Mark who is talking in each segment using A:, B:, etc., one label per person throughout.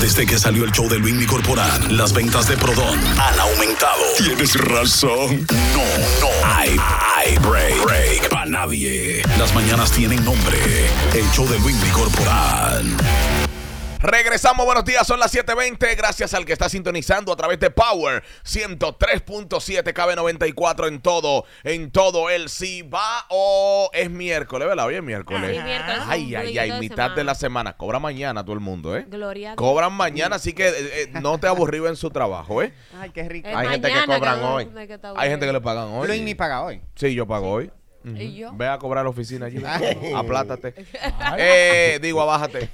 A: Desde que salió el show de Luis Corporal, las ventas de Prodón han aumentado. Tienes razón. No, no hay, hay break, break para nadie. Las mañanas tienen nombre. El show de Luis Corporal.
B: Regresamos, buenos días, son las 7.20. Gracias al que está sintonizando a través de Power 103.7 KB94 en todo, en todo el Cibao. Es miércoles, ¿verdad? Hoy es miércoles.
C: Ay, miércoles,
B: ay, ay,
C: incluido
B: ay,
C: de
B: mitad de
C: semana.
B: la semana. Cobra mañana todo el mundo, ¿eh?
C: Gloria a Dios.
B: Cobran mañana, así que eh, eh, no te aburrido en su trabajo, ¿eh?
D: Ay, qué rico.
C: Eh,
B: Hay gente que
C: mañana,
B: cobran
C: que no-
B: hoy.
C: de que está
B: Hay
C: aburrido.
B: gente que le pagan hoy.
D: Luis ni paga hoy.
B: Sí, yo pago hoy.
C: ¿Y yo?
B: Ve a cobrar a la oficina allí. Aplátate. Eh, digo, abájate.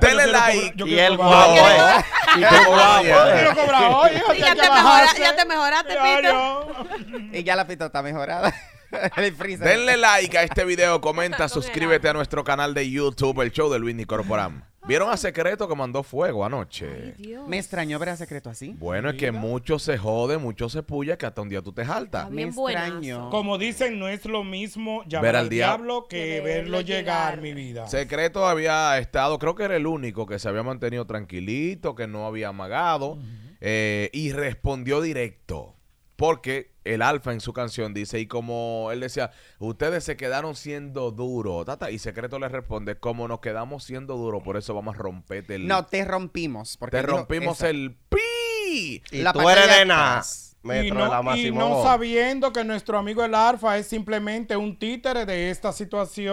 B: Dele like. eh.
E: Y él
B: No,
E: guapo,
B: eh.
E: eh.
B: Y como vaya.
C: Sí, ya, te mejora- ya te
D: Ah,
C: mejoraste, Pito.
D: Y ya la pito está mejorada. el freezer.
B: Denle like a este video, comenta,
C: Con
B: suscríbete a nuestro canal de YouTube, el show de Luis Nicorporam. ¿Vieron a Secreto que mandó fuego anoche?
D: Me extrañó ver a secreto así.
B: Bueno, es que mucho se jode, mucho se puya, que hasta un día tú te jaltas.
C: Está
D: Me
C: bien buenazo.
D: extrañó.
E: Como dicen, no es lo mismo llamar
B: Ver al
E: al,
B: diablo.
E: diablo, que
C: Que verlo
E: verlo llegar,
C: llegar.
E: mi vida.
B: Secreto había estado, creo que era el único que se había mantenido tranquilito, que no había amagado, eh, y respondió directo. Porque el Alfa en su canción dice, y como él decía, ustedes se quedaron siendo duros, tata", y Secreto le responde, como nos quedamos siendo duros, por eso vamos a romperte el...
D: No, te rompimos. Porque
B: Te
D: dijo
B: rompimos
D: esa-
B: el pi.
F: Y
D: La
F: tú
D: pantalla
F: eres nena.
D: atrás.
E: Y
F: Metro de la
E: no, y
F: máxima.
E: no
F: voz.
E: sabiendo que nuestro amigo el Arfa es simplemente un títere de esta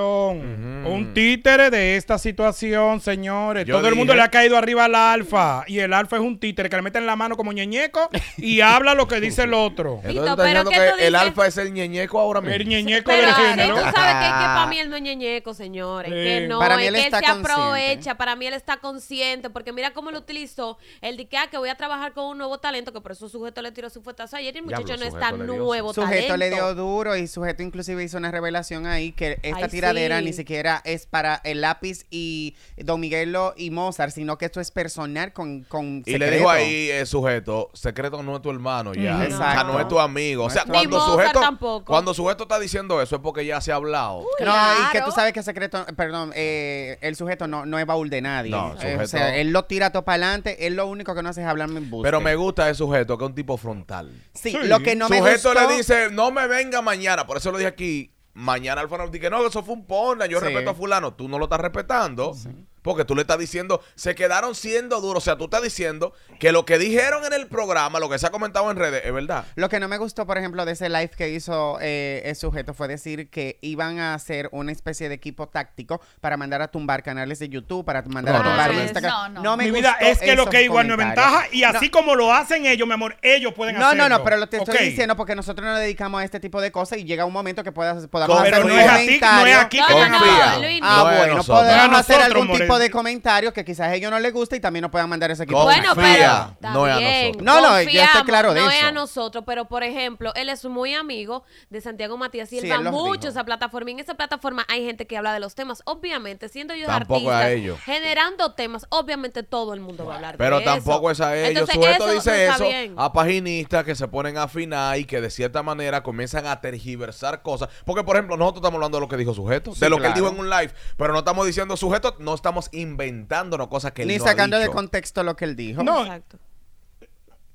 E: situación. Un títere de esta situación, señores.
B: Yo
E: Todo el mundo
B: dije-
E: le ha caído arriba al Alfa. Y el Alfa es un títere que le meten la mano como ñeñeco y habla lo que dice el otro.
B: Entonces
C: Pito,
B: está
C: pero
B: diciendo
C: ¿qué tú
B: que el
C: dices?
B: alfa es el ñeñeco ahora
E: El
B: mismo.
E: ñeñeco
C: Pero
E: del
C: eh,
E: género.
C: tú sabes que, es que para mí él no es ñeñeco, señores.
E: Sí.
C: Que no,
D: Para mí
C: es
D: él
C: que él
D: está
C: se
D: consciente.
C: aprovecha. Para mí él está consciente. Porque mira cómo lo utilizó. El de que, ah, que voy a trabajar con un nuevo talento. Que por eso sujeto le tiró su fuetazo ayer. Y el
B: Diablo,
C: muchacho no
B: sujeto
C: está
B: le dio, sí.
C: nuevo
D: Sujeto
C: talento.
D: le dio duro y Sujeto inclusive hizo una revelación ahí que esta
C: Ay,
D: tiradera
C: sí.
D: ni siquiera es para el lápiz y Don Miguelo y Mozart, sino que esto es personal con, con
B: Y le
D: Secreto.
B: dijo ahí, eh, sujeto, secreto no es tu hermano ya.
D: Exacto.
B: O sea, no es tu amigo. O sea,
D: Ni
B: cuando
C: Mozart
B: sujeto,
C: tampoco.
B: cuando sujeto está diciendo eso es porque ya se ha hablado.
D: No, y que tú sabes que secreto, perdón, eh, el sujeto no, no es baúl de nadie.
B: No,
D: Eh,
B: sujeto-
D: o sea, él lo tira todo para adelante, él lo único que no hace es hablarme en busca.
B: Pero me gusta el sujeto, que es un tipo frontal.
D: Sí,
E: Sí.
D: lo que no me
B: sujeto
D: gustó...
B: le dice, no me venga mañana. Por eso lo dije aquí. Mañana Alfa no dije, no, eso fue un porno. Yo
D: Sí.
B: respeto a fulano. Tú no lo estás respetando. Porque tú le estás diciendo, se quedaron siendo duros. O sea, tú estás diciendo que lo que dijeron en el programa, lo que se ha comentado en redes, es verdad.
D: Lo que no me gustó, por ejemplo, de ese live que hizo eh, el sujeto fue decir que iban a hacer una especie de equipo táctico para mandar a tumbar canales de YouTube, para mandar
B: No,
D: a
B: no,
D: tumbar
B: no.
D: Instagram.
C: No, no.
D: me
E: mi vida
D: gustó
E: es que lo
D: esos
E: que es igual no es
D: comentarios.
E: ventaja. Y así como lo hacen ellos, mi amor, ellos pueden
D: No, no,
E: hacerlo.
D: no, pero lo te estoy
E: Ok.
D: diciendo porque nosotros nos dedicamos a este tipo de cosas y llega un momento que puedas, podamos
B: Con-
D: hacer
E: Pero
D: un
E: no es así, no es
D: comentario.
E: aquí
C: No,
E: que
C: no,
E: van a-
B: Confía.
C: Luis, no.
D: Ah,
B: es
D: bueno,
B: nosotros.
D: podemos
E: No es
D: hacer
E: nosotros,
D: algún
E: Morel.
D: tipo de comentario que quizás a ellos no les gusta y también nos puedan mandar ese equipo. pues,
C: Bueno,
B: Confía,
C: pero
B: no es a
C: también,
B: nosotros.
D: No, no, yo estoy
C: confiamos,
D: claro de
C: no es
D: eso.
C: a nosotros, pero por ejemplo, él es muy amigo de Santiago Matías y él
D: Sí,
C: va
D: él los
C: mucho
D: dijo.
C: a esa plataforma. Y en esa plataforma hay gente que habla de los temas. Obviamente, siendo ellos
B: Tampoco a
C: artistas,
B: ellos.
C: generando temas, obviamente todo el mundo va a hablar
B: Pero
C: de eso.
B: tampoco es a ellos.
C: Entonces,
B: Sujeto
C: eso no
B: dice
C: está
B: eso Ah,
C: bien.
B: a paginistas que se ponen a afinar y que de cierta manera comienzan a tergiversar cosas. Porque, por ejemplo, nosotros estamos hablando de lo que dijo Sujeto, de
D: Sí,
B: lo que él
D: claro.
B: dijo en un live, pero no estamos diciendo Sujeto, no estamos inventándonos cosas que él
D: Ni
B: no
D: sacando
B: ha
D: de
B: dicho. ¿Eh?
D: contexto lo que él dijo.
E: No,
C: Exacto.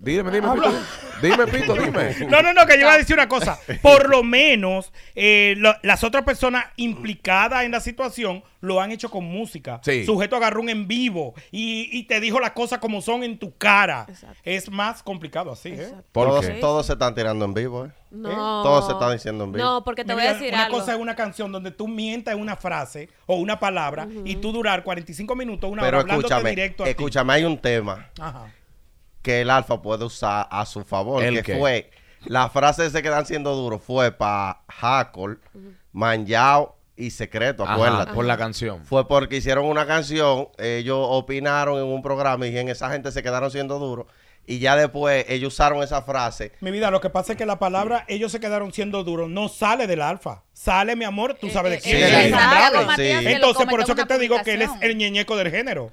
B: Dime, dime, Pito. Dime, Pito, dime.
F: No, no, no, que yo iba a decir una cosa. Por lo menos eh, lo- las otras personas implicadas en la situación lo han hecho con música.
B: Sí.
F: Sujeto agarró un en vivo y, y te dijo las cosas como son en tu cara.
C: Exacto.
F: Es más complicado así, ¿eh?
C: Exacto.
B: ¿Por
G: todos,
B: qué?
G: todos se están tirando en vivo, ¿eh?
C: No.
G: Todo se está diciendo en vivo.
C: No, porque te voy a
F: Mira,
C: decir
F: una
C: algo.
F: cosa es una canción donde tú mientas en una frase o una palabra y tú durar 45 minutos, una
G: Pero
F: hora hablándote
G: escúchame,
F: directo a ti.
G: escúchame, hay un tema
F: Ajá.
G: que el Alfa puede usar a su favor,
B: ¿El
G: que
B: qué?
G: fue las frases que quedan siendo duro fue para Hackle, Manjao y Secreto,
B: Ajá,
G: acuérdate.
B: por la canción.
G: Fue porque hicieron una canción, ellos opinaron en un programa y en esa gente se quedaron siendo duros. Y ya después ellos usaron esa frase.
F: Mi vida, lo que pasa es que la palabra ellos se quedaron siendo duros, no sale del alfa. Sale, mi amor, tú sabes de
H: eh,
F: quién.
G: eh,
F: es
G: exacto,
F: innombrable.
G: Matías, Sí. que lo
F: Entonces, por
H: comentó
F: eso que
H: en
F: te
H: una
F: digo que él es
H: publicación.
F: el ñeñeco del género.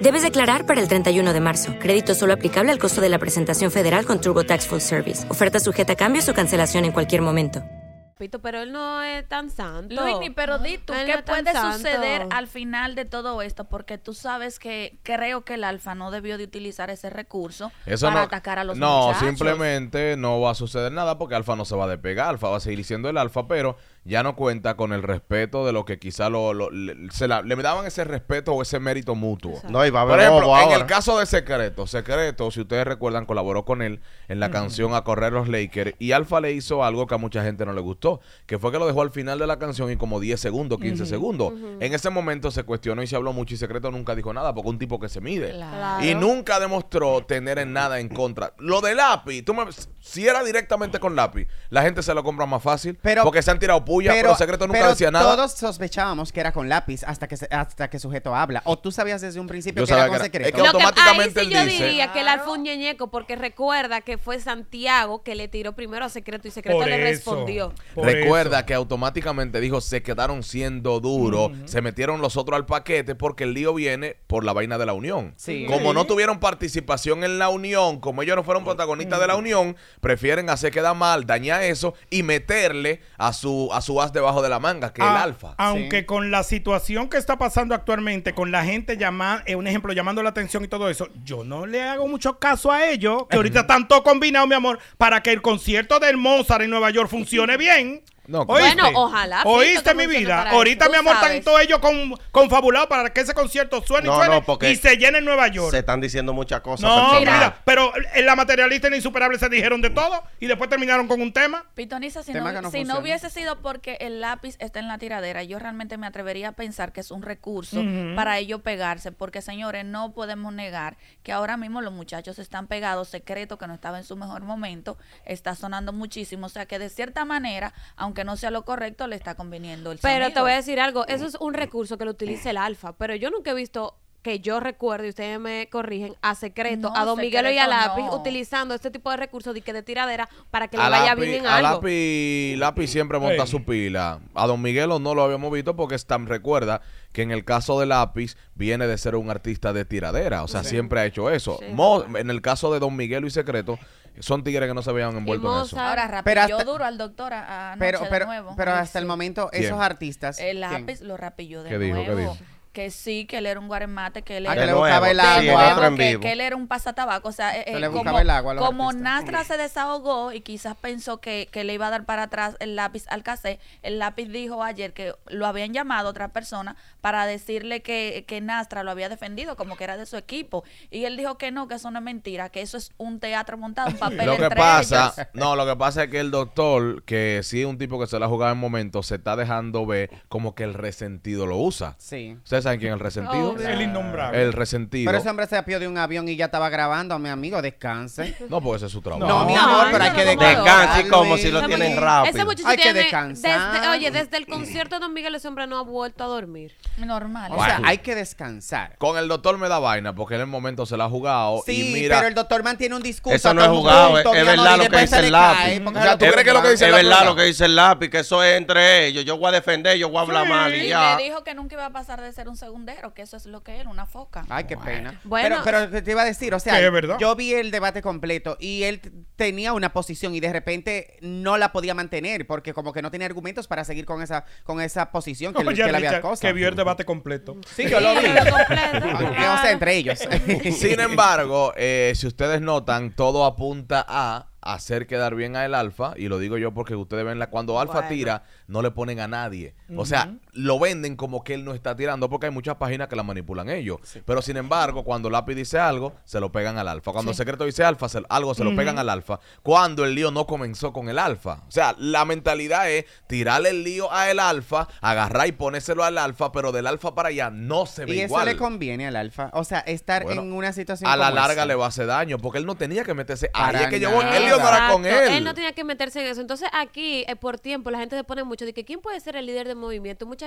I: Debes declarar para el 31 de marzo. Crédito solo aplicable al costo de la presentación federal con TurboTax Full Service. Oferta sujeta a cambios o cancelación en cualquier momento.
C: Pito, pero él no es tan santo.
H: Luini, pero di tú,
C: Él no
H: ¿qué
C: es tan
H: puede
C: santo.
H: suceder al final de todo esto? Porque tú sabes que creo que el alfa no debió de utilizar ese recurso
B: Eso
H: para
B: no,
H: atacar a los
B: No,
H: muchachos.
B: simplemente no va a suceder nada porque Alfa no se va a despegar. Alfa va a seguir siendo el Alfa, pero ya no cuenta con el respeto de lo que quizá lo, lo- le, se la- le daban ese respeto o ese mérito mutuo.
G: No, y va a
B: Por
G: haber bobo
B: ejemplo, en el
G: ahora.
B: caso de Secreto, Secreto, si ustedes recuerdan, colaboró con él en la canción A Correr los Lakers y Alfa le hizo algo que a mucha gente no le gustó, que fue que lo dejó al final de la canción y como 10 segundos, 15 segundos. En ese momento se cuestionó y se habló mucho y Secreto nunca dijo nada porque un tipo que se mide.
H: Claro.
B: Y nunca demostró tener en nada en contra. Lo de Lápiz, tú me, si era directamente con Lápiz, la gente se lo compra más fácil
D: Pero-
B: porque se han tirado puya, pero, Secreto nunca
D: pero
B: decía nada.
D: Todos sospechábamos que era con lápiz hasta que, se- hasta que sujeto habla. O tú sabías desde un principio
B: Yo
D: que era
B: sabía
D: con
B: que era-
D: secreto.
B: es
C: Lo que-
B: automáticamente
C: ahí sí
B: él
C: yo
B: dice-
C: diría que el alfa un ñeñeco, porque recuerda que fue Santiago que le tiró primero a Secreto y Secreto
F: Por
C: le
F: eso.
C: respondió.
F: Por
B: Recuerda
F: eso.
B: que automáticamente dijo, se quedaron siendo duros, se metieron los otros al paquete porque el lío viene por la vaina de la unión.
D: Sí.
B: Como no tuvieron participación en la unión, como ellos no fueron protagonistas de la unión, prefieren hacer quedar mal, dañar eso y meterle a su, a su as debajo de la manga, que es el
F: A-
B: alfa.
F: Ah, Aunque con la situación que está pasando actualmente, con la gente llamando, un ejemplo, llamando la atención y todo eso, yo no le hago mucho caso a ellos, que ahorita están todos combinados, mi amor, para que el concierto del Mozart en Nueva York funcione bien.
B: No,
F: ¿Oíste?
C: Bueno, ojalá, sí, esto
F: ¿Oíste
C: que
F: mi
C: funcione
F: vida?
C: para eso.
F: Ahorita, mi
H: Tú
F: amor, están
H: sabes.
F: todos ellos con, confabulados para que ese concierto suene
G: No,
F: y suene
G: no, porque
F: y se llene en Nueva York.
G: Se están diciendo muchas cosas.
F: No,
G: personales.
F: mira, pero en la materialista y la insuperable se dijeron de todo y después terminaron con un tema.
H: Pitonisa, si,
D: Tema
H: no,
D: que no
H: si no
D: funciona.
H: hubiese sido porque el lápiz está en la tiradera, yo realmente me atrevería a pensar que es un recurso para ellos pegarse, porque señores, no podemos negar que ahora mismo los muchachos están pegados, secreto que no estaba en su mejor momento, está sonando muchísimo, o sea que de cierta manera, aunque no sea lo correcto, le está conviniendo el
C: Pero te
H: sonido.
C: voy a decir algo, eso es un recurso que lo utiliza el alfa, pero yo nunca he visto que yo recuerdo, y ustedes me corrigen, a secreto,
H: No,
C: a Don Miguelo y a
H: Secreto
C: Lápiz
H: no.
C: utilizando este tipo de recursos de, que de tiradera para que le
B: a
C: vaya
B: Lápiz-
C: bien en
B: a
C: algo.
B: Lápiz, Lápiz siempre monta
F: Ey.
B: su pila. A Don Miguelo no lo habíamos visto porque Stan recuerda que en el caso de Lápiz viene de ser un artista de tiradera. O sea, siempre ha hecho eso. Mo- en el caso de Don Miguelo y Secreto, son tigres que no se habían envuelto en eso.
C: Mozart.
H: Ahora, rápido,
D: Pero hasta-
H: yo duro al doctor a- anoche
D: Pero, pero,
H: de nuevo.
D: pero
H: Ay,
D: hasta el
H: sí.
D: momento
B: ¿Quién?
D: esos artistas...
H: El
D: ¿quién?
H: lápiz lo rapilló de
B: ¿Qué dijo?
H: nuevo.
B: ¿Qué dijo?
H: Que sí, que él era un guaremate, que él
D: Ah,
H: era
D: que le
G: De
D: buscaba
G: nuevo,
D: el
G: sí, en
D: agua.
G: otro en
H: que,
G: vivo.
H: que él era un pasatabaco. O sea, eh,
D: Que le
H: eh,
D: buscaba
H: como,
D: el agua a los
H: como
D: artistas.
H: Nastra se desahogó y quizás pensó que, que le iba a dar para atrás el lápiz al casé, el lápiz dijo ayer que lo habían llamado otra persona para decirle que, que Nastra lo había defendido, como que era de su equipo. Y él dijo que no, que eso no es mentira, que eso es un teatro montado, un papel
B: Lo que
H: entre
B: pasa,
H: ellos.
B: no, lo que pasa es que el doctor, que sí es un tipo que se la ha jugado en momentos, se está dejando ver como que el resentido lo usa.
D: Sí.
B: O sea, Ustedes saben quién es el resentido.
C: Oh,
E: El innombrable.
B: El resentido.
D: Pero ese hombre se apió de un avión y ya estaba grabando. Mi amigo, descanse.
B: No, porque ese es su trabajo.
D: No, mi amor, pero hay que
C: no, no, no.
D: descansar.
G: Descanse y como si lo
C: Ese
G: tienen
C: muchacho-
G: rápido.
C: Ese muchacho
D: Hay que
C: tiene-
D: descansar.
C: desde- oye, desde el concierto de Don Miguel ese hombre no ha vuelto a dormir.
H: Normal.
D: O sea, hay que descansar.
B: Con el doctor me da vaina porque en el momento se la ha jugado. y
D: Sí,
B: mira,
D: pero el doctor mantiene un discurso.
G: Oh, Eso no
D: todo
G: es jugado,
D: junto,
G: es-
D: mi
G: es
D: amor,
G: verdad
D: y
G: lo que
D: después
G: dice
D: se
G: el
D: le
G: lápiz. Mm.
D: cae, porque
B: O sea, ¿tú
D: lo
B: crees que lo que
D: jugado.
B: dice
G: es
B: la
G: verdad
B: prensa.
G: lo que dice el lápiz, que eso es entre ellos. Yo voy a defender, yo voy a hablar mal y
H: Y
G: ya.
H: le dijo que nunca iba a pasar de ser un segundero, que eso es lo que era, una foca.
D: Ay, qué pena.
C: Bueno.
D: Pero, pero que te iba a decir, o sea,
E: Que es verdad.
D: yo vi el debate completo y él t- tenía una posición y de repente no la podía mantener porque como que no tenía argumentos para seguir con esa con esa posición que, le-
E: Oye,
D: que le había
E: Richard,
D: cosa.
E: que vio el debate completo.
D: Sí, yo lo vi.
C: Sí, completo.
D: o sea, entre ellos.
B: Sin embargo, eh, si ustedes notan, todo apunta a hacer quedar bien a el alfa y lo digo yo porque ustedes ven la cuando alfa
H: Bueno.
B: tira no le ponen a nadie o sea lo venden como que él no está tirando porque hay muchas páginas que la manipulan ellos pero sin embargo cuando lápiz dice algo se lo pegan al alfa cuando secreto dice alfa se- algo se lo pegan al alfa cuando el lío no comenzó con el alfa o sea la mentalidad es tirarle el lío a el alfa agarrar y ponérselo al alfa pero del alfa para allá no se ve
D: y eso
B: igual
D: le conviene al alfa, o sea, estar
B: Bueno,
D: en una situación
B: a la
D: como
B: larga
D: esa.
B: le va a hacer daño porque él no tenía que meterse ahí
D: Para
B: es que llevó
D: nada.
B: el lío no era con
C: Exacto,
B: él,
C: no tenía que meterse en eso. Entonces aquí, eh, por tiempo, la gente se pone mucho de que quién puede ser el líder del movimiento. Mucha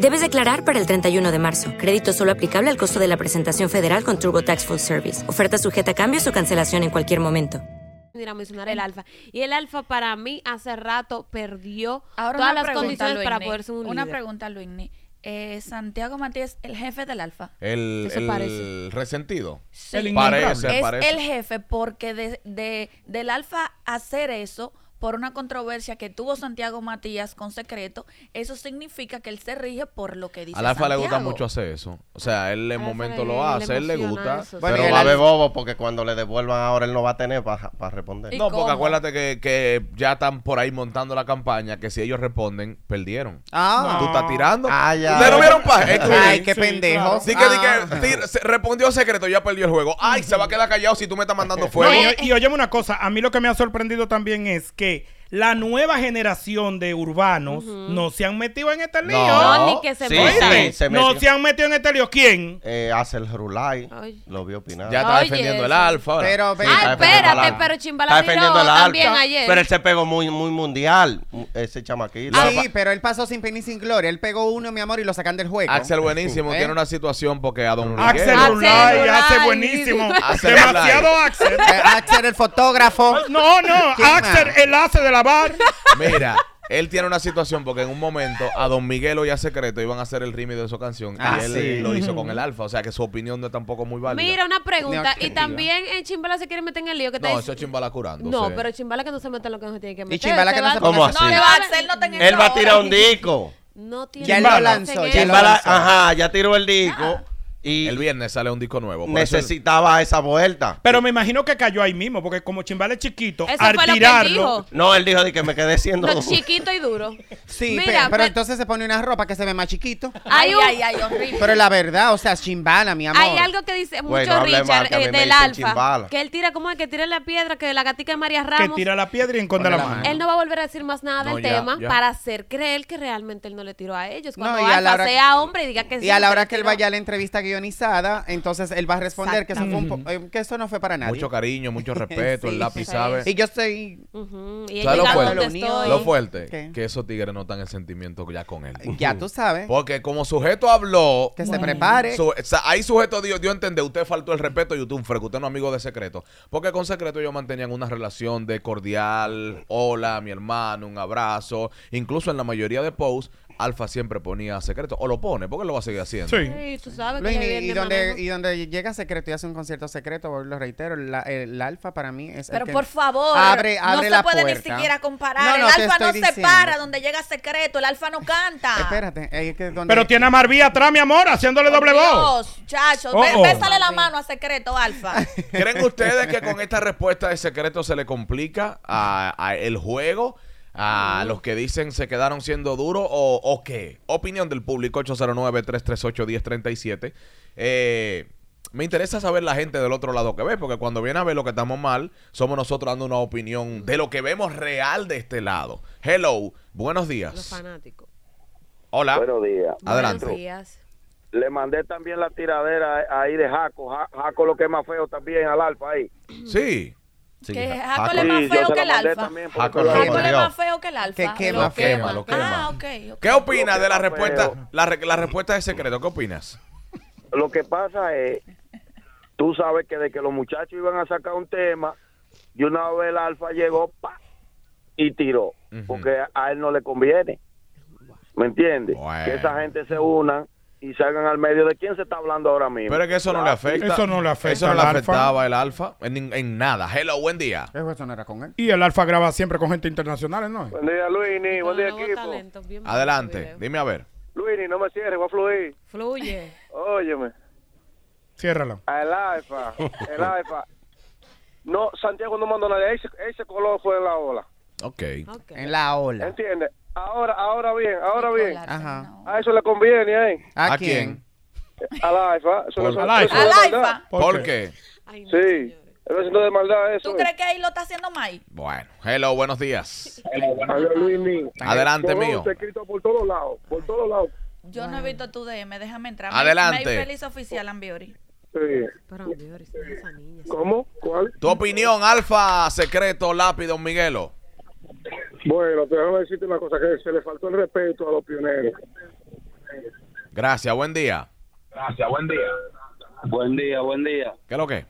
I: Debes declarar para el 31 de marzo. Crédito solo aplicable al costo de la presentación federal con TurboTax Full Service. Oferta sujeta a cambios o cancelación en cualquier momento.
C: venir a mencionar el alfa. Y el alfa para mí hace rato perdió
H: Ahora
C: todas
H: una
C: las
H: pregunta,
C: condiciones para
H: Luisni.
C: poder ser un
H: Una
C: líder.
H: pregunta, Luigni. Eh, Santiago Matías, el jefe del Alfa.
B: el,
C: Eso
B: el
C: parece.
B: resentido
H: Sí.
E: El
B: parece
E: innombrable.
H: es
B: parece
H: el jefe porque de, de- del Alfa hacer eso por una controversia que tuvo Santiago Matías con secreto, eso significa que él se rige por lo que dice
B: al alfa le gusta
H: Santiago.
B: mucho hacer eso o sea él en
C: Alfa
B: momento
C: le-
B: lo hace
C: le
B: él le
C: emociona
B: gusta
C: eso, sí.
G: Pero
D: Bueno, y
G: va a
D: el
G: haber
D: al-
G: bobo porque cuando le devuelvan ahora él no va a tener para responder.
H: ¿Y
B: no porque
H: cómo?
B: acuérdate que, que ya están por ahí montando la campaña que si ellos responden perdieron
D: Ah.
B: tú estás tirando
G: Ah, ya.
B: ustedes no vieron paja
D: Ay, qué Ah.
E: Sí,
D: pendejo.
B: Así que, di que tir- se- respondió secreto, ya perdió el juego. Ay, se va a quedar callado si tú me estás mandando fuego.
E: No, Pues,
C: eh,
E: y, y óyeme una cosa, a mí lo que me ha sorprendido también es que la nueva generación de urbanos no se han metido en este lío.
C: No, ni que se
G: sí,
C: meta.
G: sí, se
E: no
G: metió.
E: se han metido en este lío. ¿Quién?
G: Eh, hace el Rulay,
C: Ay.
G: lo vi opinar.
B: Ya está
C: Oye,
B: defendiendo el
C: eso.
B: alfa. ahora.
D: Pero ve-
G: Sí, está
C: Ah,
G: defendiendo
C: espérate,
G: al Alfa.
C: pero Chimbala
G: Está defendiendo
C: tiró
G: al
C: también
G: Alfa,
C: ayer.
G: Pero él se pegó muy, muy mundial, ese chamaquito.
C: Ah,
D: Sí, pero él pasó sin pena y sin gloria. Él pegó uno, mi amor, y lo sacan del juego.
B: Axel buenísimo
D: ¿Eh?
B: tiene una situación porque a Don Miguel.
E: Axel
C: Axel
E: Rulay,
C: Rulay.
E: hace buenísimo.
B: Axel
E: Demasiado
B: Rulay.
E: Axel.
D: Eh, Axel, el fotógrafo.
E: No, no,
D: ¿Quién más?
E: Axel, el hace de lavar.
B: Mira, él tiene una situación porque en un momento a Don Miguelo y a Secreto iban a hacer el remix de su canción
D: Ah,
B: y él
D: sí.
B: lo hizo con el Alfa. O sea que su opinión no es tampoco muy válida.
C: Mira, una pregunta.
D: No,
C: y
D: querida.
C: también eh, Chimbala se quiere meter en el lío. Que está
B: no,
C: dic-
B: eso es chimbala curando.
C: no,
B: sí.
C: pero Chimbala que no se mete en lo que no se tiene que meter.
D: Chimbala
C: Se
D: que no
C: va-
D: se
G: ¿Cómo así?
H: No, le va a hacer, no tenga
G: Él va a
H: eso
G: tirar
H: ahora.
G: un disco.
C: No tiene
D: Ya
C: que
D: él lo
C: meterse
D: lanzó.
C: en
D: Ya
C: eso.
D: lo
G: Va la-
D: lanzó.
G: ajá, ya tiró el disco
C: Ah.
G: y
B: el viernes sale un disco nuevo. por eso él-
G: necesitaba esa vuelta.
E: Pero me imagino que cayó ahí mismo, porque como Chimbala es chiquito,
C: Eso
E: al
C: fue lo que
E: tirarlo.
C: dijo.
G: No, él dijo de que me quedé siendo
C: No, chiquito y duro.
D: Sí,
C: Mira,
D: pe- pero,
C: pe-
D: entonces se pone una ropa que se ve más chiquito.
C: Hay
H: Ay,
C: un-
H: ay, ay, horrible.
D: Pero la verdad, o sea, chimbala, mi amor.
C: Hay algo que dice mucho
G: Bueno, hable
C: Richard
G: mal, que a mí
C: eh,
G: me
C: del
G: dicen
C: Alfa.
G: Chimbala.
C: Que él tira, ¿cómo es? Que tira la piedra, que la gatica de María
E: Que
C: Ramos.
E: tira la piedra y encuentra
D: Ponle
E: la
D: la
E: mano.
D: mano.
C: Él no va a volver a decir más nada
B: No,
C: del
B: ya,
C: tema
B: ya.
C: para hacer creer que realmente él no le tiró a ellos. Cuando
D: No, y a la
C: Alfa
D: hora-
C: sea hombre y diga que sí.
D: Y a la hora
C: le
D: que él
C: tiró.
D: vaya a la entrevista guionizada, entonces él va a responder que eso, fue un po- eh, que eso no fue para nadie.
B: Mucho cariño, mucho respeto, el
D: Sí,
B: lápiz
C: sí.
B: sabe.
D: y yo estoy...
C: Ujú, Y él
B: ¿Sabes lo
C: llega
B: fuerte?
C: donde estoy.
B: Lo fuerte,
D: ¿Qué?
B: que esos tigres no están en sentimiento ya con él.
D: Ya tú sabes.
B: Porque como sujeto habló,
D: Que se prepare.
B: Su- o sea, ahí sujeto dio, dio a entender, usted faltó el respeto y usted un freco, usted no es amigo de secreto. Porque con secreto ellos mantenían una relación de cordial, hola, mi hermano, un abrazo. Incluso en la mayoría de posts Alfa siempre ponía secreto. O lo pone, porque lo va a seguir haciendo.
F: Sí.
C: Sí, tú sabes que
D: Luis,
C: yo
D: y,
C: viví en
D: y
C: de
D: donde,
C: Manejo.
D: y donde llega secreto y hace un concierto secreto, vuelvo y lo reitero, la- el alfa para mí es el
H: Pero
D: que
H: por favor,
D: abre, abre
H: no
D: la
H: se puede
D: puerta.
H: ni siquiera comparar.
D: No, no,
H: el
D: te
H: alfa no
D: estoy
H: se
D: diciendo.
H: para donde llega secreto, el alfa no canta.
D: Espérate, es que donde-
F: Pero tiene a Marví atrás, mi amor, haciéndole doble voz.
H: Dios, chacho,
F: Oh,
H: ve-
F: oh.
H: bésale la mano a secreto, alfa.
B: ¿Creen ustedes que con esta respuesta de secreto se le complica a, a el juego?
H: Mm.
B: A los que dicen se quedaron siendo duros o, o qué? Opinión del público 809-338-1037. Eh, me interesa saber la gente del otro lado que ve, porque cuando viene a ver lo que estamos mal, somos nosotros dando una opinión de lo que vemos real de este lado. Hello, buenos
C: Los
B: días.
C: fanáticos.
B: Hola.
J: Buenos días.
B: Adelante.
C: Buenos días.
J: Le mandé también la tiradera ahí de Jaco. Ja- Jaco lo que es más feo también al alfa ahí.
B: Sí.
H: que
B: Ja-
H: Jaco
B: Jaco.
H: le es más
J: Sí, yo
H: feo
J: se
H: que
J: la
H: el
J: mandé
H: alfa.
J: también por
B: Jaco
J: otro
B: lo
J: lado.
H: Jaco le es
B: Dios.
H: más feo que el alfa.
D: Que quema,
B: Lo quema, lo quema.
H: Ah, ok. ok.
B: ¿Qué opinas de la
J: Pero-
B: respuesta? La, re- la respuesta de secreto, ¿qué opinas?
J: Lo que pasa es, tú sabes que de que los muchachos iban a sacar un tema, de una vez el alfa llegó pa, y tiró,
B: Ujú.
J: porque a- a él no le conviene. ¿Me entiendes?
B: Bueno.
J: Que esa gente se unan y salgan al medio. ¿De quién se está hablando ahora mismo? Ah,
B: Pero es que eso no le afecta.
F: Eso no le afecta
B: Eso no
F: al
B: le
F: alfa.
B: afectaba el alfa en, nin- en nada. Hello, buen día.
D: Eso eso no era con él.
F: Y el alfa graba siempre con gente internacional, ¿no?
J: Buen día, Luini.
C: Los
J: Buen día,
C: nuevos
J: equipo.
C: talentos, bien bonito
B: Adelante,
C: video.
B: dime a ver.
J: Luini, no me cierres, voy a fluir.
C: Fluye.
J: Óyeme.
F: Ciérralo.
J: El alfa, el alfa. No, Santiago no mandó a nadie. Ese, ese color fue en la ola.
B: Ok.
C: Ok.
D: En la ola.
J: ¿Entiendes? Ahora, ahora bien, ahora bien.
D: Ajá.
J: A eso le conviene, ¿eh?
D: ¿A,
B: ¿A
D: quién?
J: Al alfa. Eso no es-
F: Al alfa.
J: eso no es
H: Al
J: maldad.
H: alfa.
F: ¿Por
B: ¿Por
F: qué?
B: qué?
C: Ay, no,
J: Sí.
C: señores.
J: Eso no es de maldad, eso.
H: ¿Tú crees que ahí lo está haciendo Mike?
B: Bueno, hello, buenos días.
J: Adiós, Luini.
B: Adelante, mío.
J: Todo escrito por todos lados, por todos lados.
H: Yo no he visto tu DM, déjame entrar.
B: Adelante.
H: May Feliz Oficial Ambiori.
J: Sí.
C: Pero, Dios, esa niña.
J: ¿Cómo? ¿Cuál?
B: Tu opinión, alfa, secreto, lápiz, don Miguelo.
J: Bueno, te voy a decirte una cosa, que se le faltó el respeto a los pioneros.
B: Gracias, buen día.
J: Gracias, buen día. Buen día, buen día.
B: ¿Qué es lo que?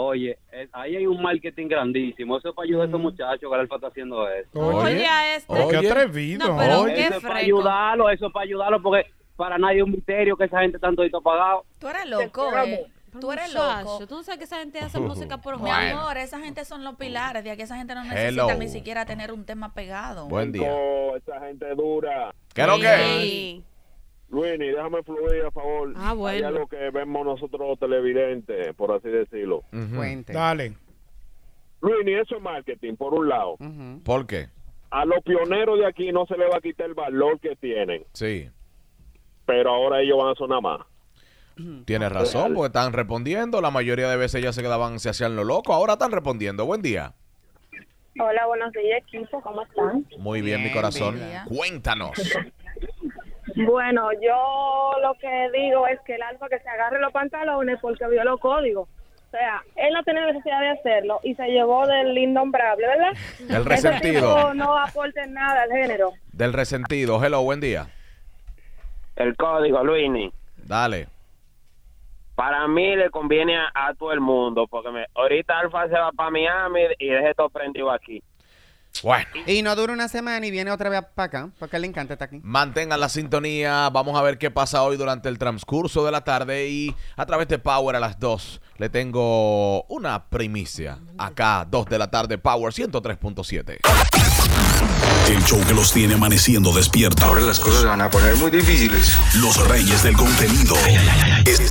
J: Oye, ahí hay un marketing grandísimo. Eso es para ayudar a esos muchachos que el alfa está haciendo eso.
C: Oye, a este.
F: Qué
B: Oye.
F: atrevido.
C: No, pero
B: oh, Oye.
C: qué
J: Eso es para
C: fresco.
J: ayudarlo, eso es para ayudarlo, porque para nadie es un misterio que esa gente tanto ha pagado.
H: Tú eres loco, eh. Tú eres loco.
C: Tú no sabes que esa gente hace música por
H: Mi
C: hobby.
B: Bueno.
H: amor, esa gente son los pilares. De aquí esa gente no
B: Hello.
H: necesita ni siquiera tener un tema pegado.
B: Buen día.
J: Oh, esa gente dura.
B: ¿Qué es lo que?
C: Sí.
J: Luini, déjame fluir a favor.
C: Ah, bueno.
J: Allá lo que vemos nosotros los televidentes, por así decirlo.
B: Ujú.
D: Cuente.
F: Dale.
J: Luini, eso es marketing, por un lado.
D: Ujú.
B: ¿Por qué?
J: A los pioneros de aquí no se les va a quitar el valor que tienen,
B: Sí.
J: pero ahora ellos van a sonar más.
B: Tienes razón, porque están respondiendo. La mayoría de veces ya se quedaban, se hacían lo loco. Ahora están respondiendo. Buen día.
K: Hola, buenos días, equipo, ¿cómo están?
B: Muy bien, mi
D: Bien,
B: corazón.
H: vida.
B: Cuéntanos.
K: Bueno, yo lo que digo es que el alfa que se agarre los pantalones porque vio los códigos. O sea, él no tenía necesidad de hacerlo y se llevó del innombrable, ¿verdad?
B: El
K: Ese tipo
B: resentido.
K: no aporta en nada al género.
B: Del resentido. Hello, buen día.
J: El código, Luini.
B: Dale.
J: Para mí le conviene a, a todo el mundo, porque me- ahorita Alfa se va para Miami y deje todo prendido aquí.
B: Bueno.
D: Y no dura una semana y viene otra vez para acá, porque a él le encanta estar aquí.
B: Mantengan la sintonía. Vamos a ver qué pasa hoy durante el transcurso de la tarde. Y a través de Power a las 2 le tengo una primicia. Acá, 2 de la tarde, Power 103.7.
A: El show que los tiene amaneciendo despierta. Ahora las cosas van a poner muy difíciles. Los reyes del contenido es-